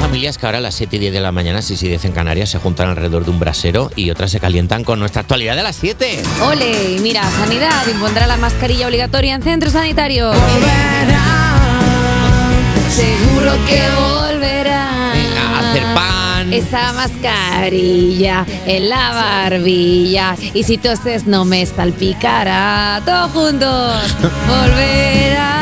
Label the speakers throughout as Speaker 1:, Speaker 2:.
Speaker 1: Canarias, que ahora a las 7 y 10 de la mañana, si sí, 10 en Canarias, se juntan alrededor de un brasero y otras se calientan con nuestra actualidad de las 7.
Speaker 2: Ole, y mira, Sanidad impondrá la mascarilla obligatoria en centros sanitarios. seguro que volverá.
Speaker 1: A hacer pan.
Speaker 2: Esa mascarilla en la barbilla. Y si toses no me salpicará. Todos juntos. Volverás.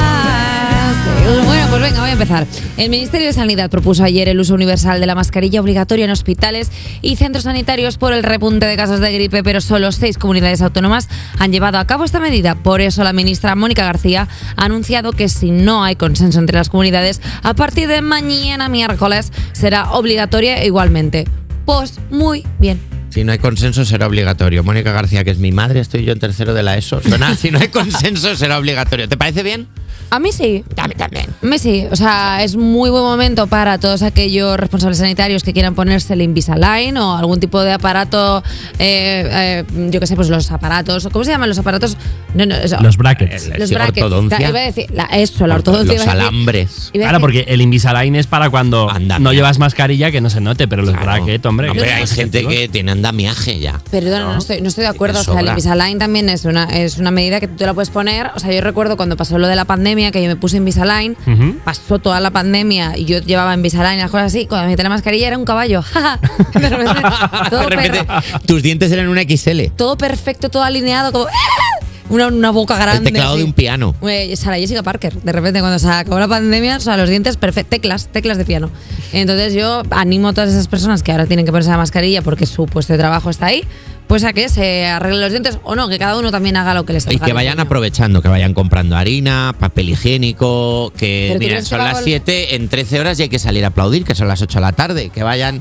Speaker 2: Bueno, pues venga, voy a empezar. El Ministerio de Sanidad propuso ayer el uso universal de la mascarilla obligatoria en hospitales y centros sanitarios por el repunte de casos de gripe, pero solo seis comunidades autónomas han llevado a cabo esta medida. Por eso la ministra Mónica García ha anunciado que si no hay consenso entre las comunidades, a partir de mañana miércoles será obligatoria igualmente. Pues muy bien.
Speaker 1: Si no hay consenso será obligatorio. Mónica García, que es mi madre, estoy yo en tercero de la ESO. Suena, si no hay consenso será obligatorio. ¿Te parece bien?
Speaker 2: A mí sí.
Speaker 1: Dame también.
Speaker 2: Messi, o sea, es muy buen momento para todos aquellos responsables sanitarios que quieran ponerse el Invisalign o algún tipo de aparato, eh, eh, yo qué sé, pues los aparatos, ¿cómo se llaman los aparatos? No, no, eso.
Speaker 3: Los brackets.
Speaker 1: Ah, El-
Speaker 2: Los
Speaker 1: sí,
Speaker 2: brackets.
Speaker 1: ortodoncia.
Speaker 2: La- iba a decir, la- eso, la ortodoncia.
Speaker 1: Los
Speaker 2: iba a decir-
Speaker 1: alambres.
Speaker 2: iba a
Speaker 3: Claro,
Speaker 2: decir-
Speaker 3: porque el Invisalign es para cuando
Speaker 1: Andamiaje.
Speaker 3: no llevas mascarilla que no se note, pero los
Speaker 1: Claro.
Speaker 3: brackets, hombre. que
Speaker 1: hay
Speaker 3: los
Speaker 1: gente
Speaker 3: adjetivos.
Speaker 1: que tiene andamiaje ya.
Speaker 2: Perdona, no, estoy, no estoy de acuerdo.
Speaker 1: Te
Speaker 2: O sea, el
Speaker 1: sobra.
Speaker 2: Invisalign también es una, es una medida que tú te la puedes poner. O sea, yo recuerdo cuando pasó lo de la pandemia, que yo me puse Invisalign,
Speaker 3: Ujú.
Speaker 2: pasó toda la pandemia y yo llevaba Invisalign y las cosas así. Cuando me quité la mascarilla era un caballo. De repente, todo,
Speaker 1: De repente,
Speaker 2: per-
Speaker 1: tus dientes eran una XL.
Speaker 2: todo perfecto, todo alineado, como una, una boca grande.
Speaker 1: El teclado
Speaker 2: así.
Speaker 1: de un piano.
Speaker 2: Eh, Sara Jessica Parker, de repente cuando se acabó la pandemia, o sea, los dientes perfectos, teclas, teclas de piano. Entonces yo animo a todas esas personas que ahora tienen que ponerse la mascarilla porque su puesto de trabajo está ahí, pues a que se arreglen los dientes o no, que cada uno también haga lo que les
Speaker 1: Y
Speaker 2: salga.
Speaker 1: que vayan
Speaker 2: aprovechar.
Speaker 1: aprovechando, que vayan comprando harina, papel higiénico,
Speaker 2: Pero
Speaker 1: que
Speaker 2: tú
Speaker 1: miren,
Speaker 2: crees que
Speaker 1: son
Speaker 2: va a
Speaker 1: las
Speaker 2: vol-
Speaker 1: 7, en 13 horas ya hay que salir a aplaudir, que son las 8 de la tarde, que vayan,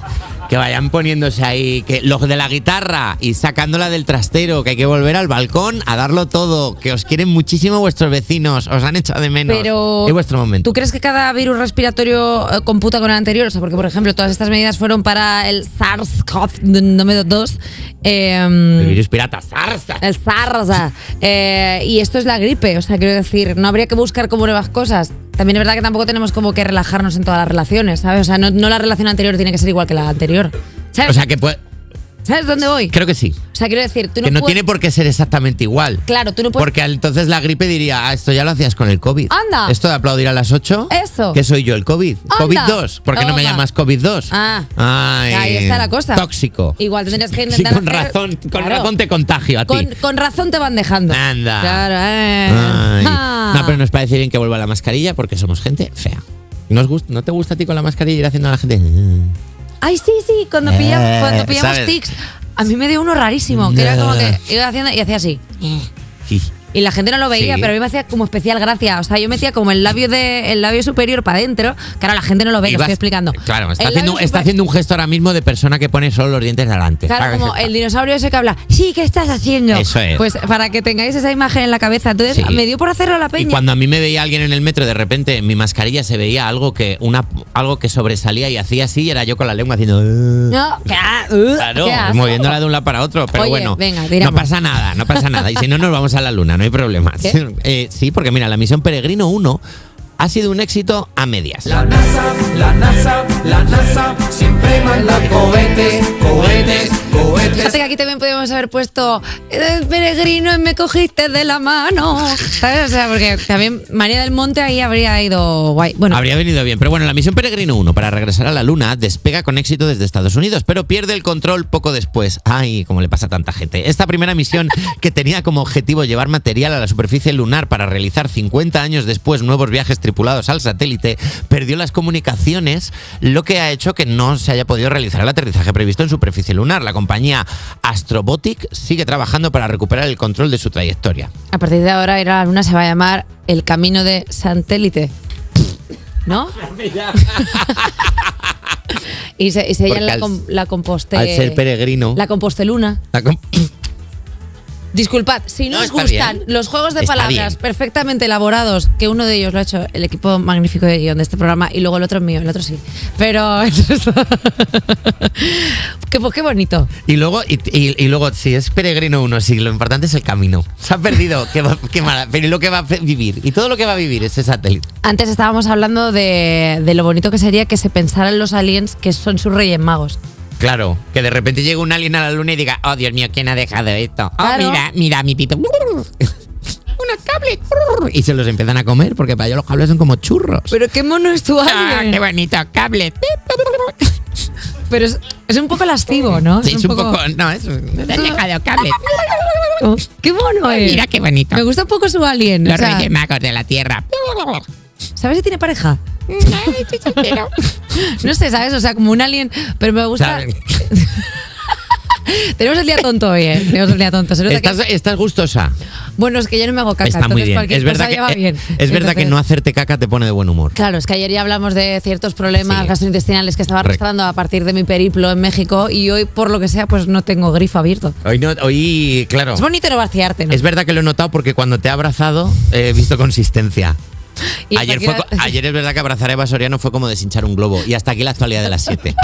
Speaker 1: que vayan poniéndose ahí, que los de la guitarra y sacándola del trastero, que hay que volver al balcón a darlo todo, que os quieren muchísimo vuestros vecinos, os han echado de menos.
Speaker 2: Pero
Speaker 1: es vuestro momento.
Speaker 2: ¿Tú crees que cada virus respiratorio eh, computa con el anterior? O sea, porque por ejemplo, todas estas medidas fueron para el SARS-CoV-2.
Speaker 1: El
Speaker 2: Eh,
Speaker 1: virus pirata, zarza.
Speaker 2: El zarza. Eh, y esto es la gripe, o sea, quiero decir, no habría que buscar como nuevas cosas. También es verdad que tampoco tenemos como que relajarnos en todas las relaciones, ¿sabes? O sea, no, no la relación anterior tiene que ser igual que la anterior. ¿Sabes,
Speaker 1: O sea que pues,
Speaker 2: ¿Sabes dónde voy?
Speaker 1: creo que sí.
Speaker 2: O sea, quiero decir, eh, tú no,
Speaker 1: que no
Speaker 2: puedes-
Speaker 1: tiene por qué ser exactamente igual.
Speaker 2: Claro, tú no puedes...
Speaker 1: Porque al- entonces la gripe diría, ah, esto ya lo hacías con el COVID.
Speaker 2: Anda.
Speaker 1: Esto de aplaudir a las 8.
Speaker 2: Eso.
Speaker 1: Que soy yo el COVID.
Speaker 2: Anda.
Speaker 1: COVID-2. ¿Por qué no me
Speaker 2: Toma.
Speaker 1: llamas COVID-2?
Speaker 2: Ah.
Speaker 1: Ay,
Speaker 2: Ahí está la cosa.
Speaker 1: eh, Tóxico.
Speaker 2: Igual tendrías que
Speaker 1: Sí,
Speaker 2: intentar...
Speaker 1: con
Speaker 2: hacer-
Speaker 1: razón, con
Speaker 2: Claro.
Speaker 1: razón te contagio a
Speaker 2: Con,
Speaker 1: ti.
Speaker 2: con razón te van dejando.
Speaker 1: Anda.
Speaker 2: Claro, eh.
Speaker 1: Ay.
Speaker 2: Ah.
Speaker 1: No, pero nos parece bien que vuelva la mascarilla porque somos gente fea. ¿Nos gust- ¿No te gusta a ti con la mascarilla ir haciendo a la gente? Mm.
Speaker 2: Ay, sí, sí, cuando,
Speaker 1: Eh,
Speaker 2: pilla- cuando pillamos
Speaker 1: ¿sabes?
Speaker 2: tics. A mí me dio uno rarísimo, que era como que
Speaker 1: Eh.
Speaker 2: iba haciendo y hacía así.
Speaker 1: Sí.
Speaker 2: Y la gente no lo veía,
Speaker 1: Sí.
Speaker 2: pero a mí me hacía como especial gracia. O sea, yo metía como el labio de el labio superior para adentro. Claro, la gente no lo ve, lo
Speaker 1: Ibas-
Speaker 2: estoy explicando.
Speaker 1: Claro, está,
Speaker 2: El labio
Speaker 1: haciendo, está
Speaker 2: super-
Speaker 1: haciendo un gesto ahora mismo de persona que pone solo los dientes delante.
Speaker 2: Claro, como el dinosaurio ese que habla, sí, ¿qué estás haciendo?
Speaker 1: Eso es.
Speaker 2: Pues para que tengáis esa imagen en la cabeza. Entonces,
Speaker 1: Sí.
Speaker 2: me dio por hacerlo a la
Speaker 1: Y
Speaker 2: peña.
Speaker 1: cuando a mí me veía alguien en el metro, de repente en mi mascarilla se veía algo que una algo que sobresalía y hacía así, y era yo con la lengua haciendo. "Eh".
Speaker 2: No, qué a- uh,
Speaker 1: Claro,
Speaker 2: qué asco.
Speaker 1: moviéndola de un lado para otro. Pero
Speaker 2: Oye,
Speaker 1: bueno,
Speaker 2: venga,
Speaker 1: no
Speaker 2: tiramos.
Speaker 1: pasa nada, no pasa nada. Y si no, nos vamos a la luna, no hay problema.
Speaker 2: ¿Qué?
Speaker 1: Eh, sí, porque mira, la misión Peregrino 1 ha sido un éxito a medias.
Speaker 4: La NASA, la NASA, la NASA siempre manda cohetes, cohetes, cohetes.
Speaker 2: Fíjate que aquí también podríamos haber puesto "Eh, peregrino me cogiste de la mano. ¿Sabes? O sea, porque también María del Monte ahí habría ido guay. Bueno,
Speaker 1: Habría venido bien. Pero bueno, la misión Peregrino 1 para regresar a la Luna despega con éxito desde Estados Unidos, pero pierde el control poco después. Ay, como le pasa a tanta gente. Esta primera misión, que tenía como objetivo llevar material a la superficie lunar para realizar 50 años después nuevos viajes tripulados al satélite, perdió las comunicaciones, lo que ha hecho que no se haya podido realizar el aterrizaje previsto en superficie lunar. La compañía Astrobotic sigue trabajando para recuperar el control de su trayectoria.
Speaker 2: A partir de ahora ir a la luna se va a llamar el camino de satélite. ¿No?
Speaker 1: Ah,
Speaker 2: y se, y se
Speaker 1: Porque
Speaker 2: llama la,
Speaker 1: al-
Speaker 2: com- la composte.
Speaker 1: Al ser peregrino,
Speaker 2: La composteluna.
Speaker 1: la com-
Speaker 2: Disculpad, si no,
Speaker 1: No,
Speaker 2: os
Speaker 1: está
Speaker 2: gustan
Speaker 1: bien.
Speaker 2: los juegos de
Speaker 1: Está
Speaker 2: palabras
Speaker 1: bien.
Speaker 2: perfectamente elaborados, que uno de ellos lo ha hecho el equipo magnífico de guión de este programa y luego el otro es mío, el otro sí. Pero que pues qué bonito.
Speaker 1: Y luego, y, y- y luego, si es peregrino uno, si lo importante es el camino. Se ha perdido, qué, va- qué mala, pero lo que va a fe- vivir. Y todo lo que va a vivir ese satélite.
Speaker 2: Antes estábamos hablando de, de lo bonito que sería que se pensaran los aliens que son sus reyes magos.
Speaker 1: Claro, que de repente llegue un alien a la luna y diga, oh Dios mío, ¿quién ha dejado esto? Oh,
Speaker 2: Claro.
Speaker 1: mira, mira mi pito. Unos cables. Y se los empiezan a comer porque para ellos los cables son como churros.
Speaker 2: Pero qué mono es tu
Speaker 1: Ah,
Speaker 2: alien.
Speaker 1: qué bonito, cable.
Speaker 2: Pero es, es un poco lascivo, ¿no?
Speaker 1: Sí, es un poco. No, es. Me han dejado cable.
Speaker 2: Oh, ¡Qué mono es!
Speaker 1: Mira qué bonito.
Speaker 2: Me gusta un poco su alien. o
Speaker 1: Los
Speaker 2: sea,
Speaker 1: reyes magos Eh, de la tierra.
Speaker 2: ¿Sabes si tiene pareja? No sé, ¿sabes? O sea, como un alien, pero me gusta.
Speaker 1: ¿Sabes?
Speaker 2: Tenemos el día tonto hoy, ¿eh? Tenemos el día tonto. Se nota que-
Speaker 1: Estás, estás gustosa.
Speaker 2: Bueno, es que yo no me hago caca.
Speaker 1: Está muy
Speaker 2: entonces
Speaker 1: bien.
Speaker 2: cualquier
Speaker 1: Es verdad,
Speaker 2: cosa ya va
Speaker 1: que, eh,
Speaker 2: bien.
Speaker 1: es verdad que
Speaker 2: Entonces-
Speaker 1: no hacerte caca te pone de buen humor.
Speaker 2: Claro, es que ayer ya hablamos de ciertos problemas
Speaker 1: Sí.
Speaker 2: gastrointestinales que estaba
Speaker 1: Correcto.
Speaker 2: arrastrando a partir de mi periplo en México y hoy, por lo que sea, pues no tengo grifo abierto.
Speaker 1: Hoy, no, hoy claro.
Speaker 2: Es bonito no vaciarte, ¿no?
Speaker 1: Es verdad que lo he notado porque cuando te he abrazado he visto consistencia.
Speaker 2: Y
Speaker 1: Ayer,
Speaker 2: cualquiera-
Speaker 1: fue co- ayer es verdad que abrazar a Eva Soriano fue como deshinchar un globo. Y hasta aquí la actualidad de las 7.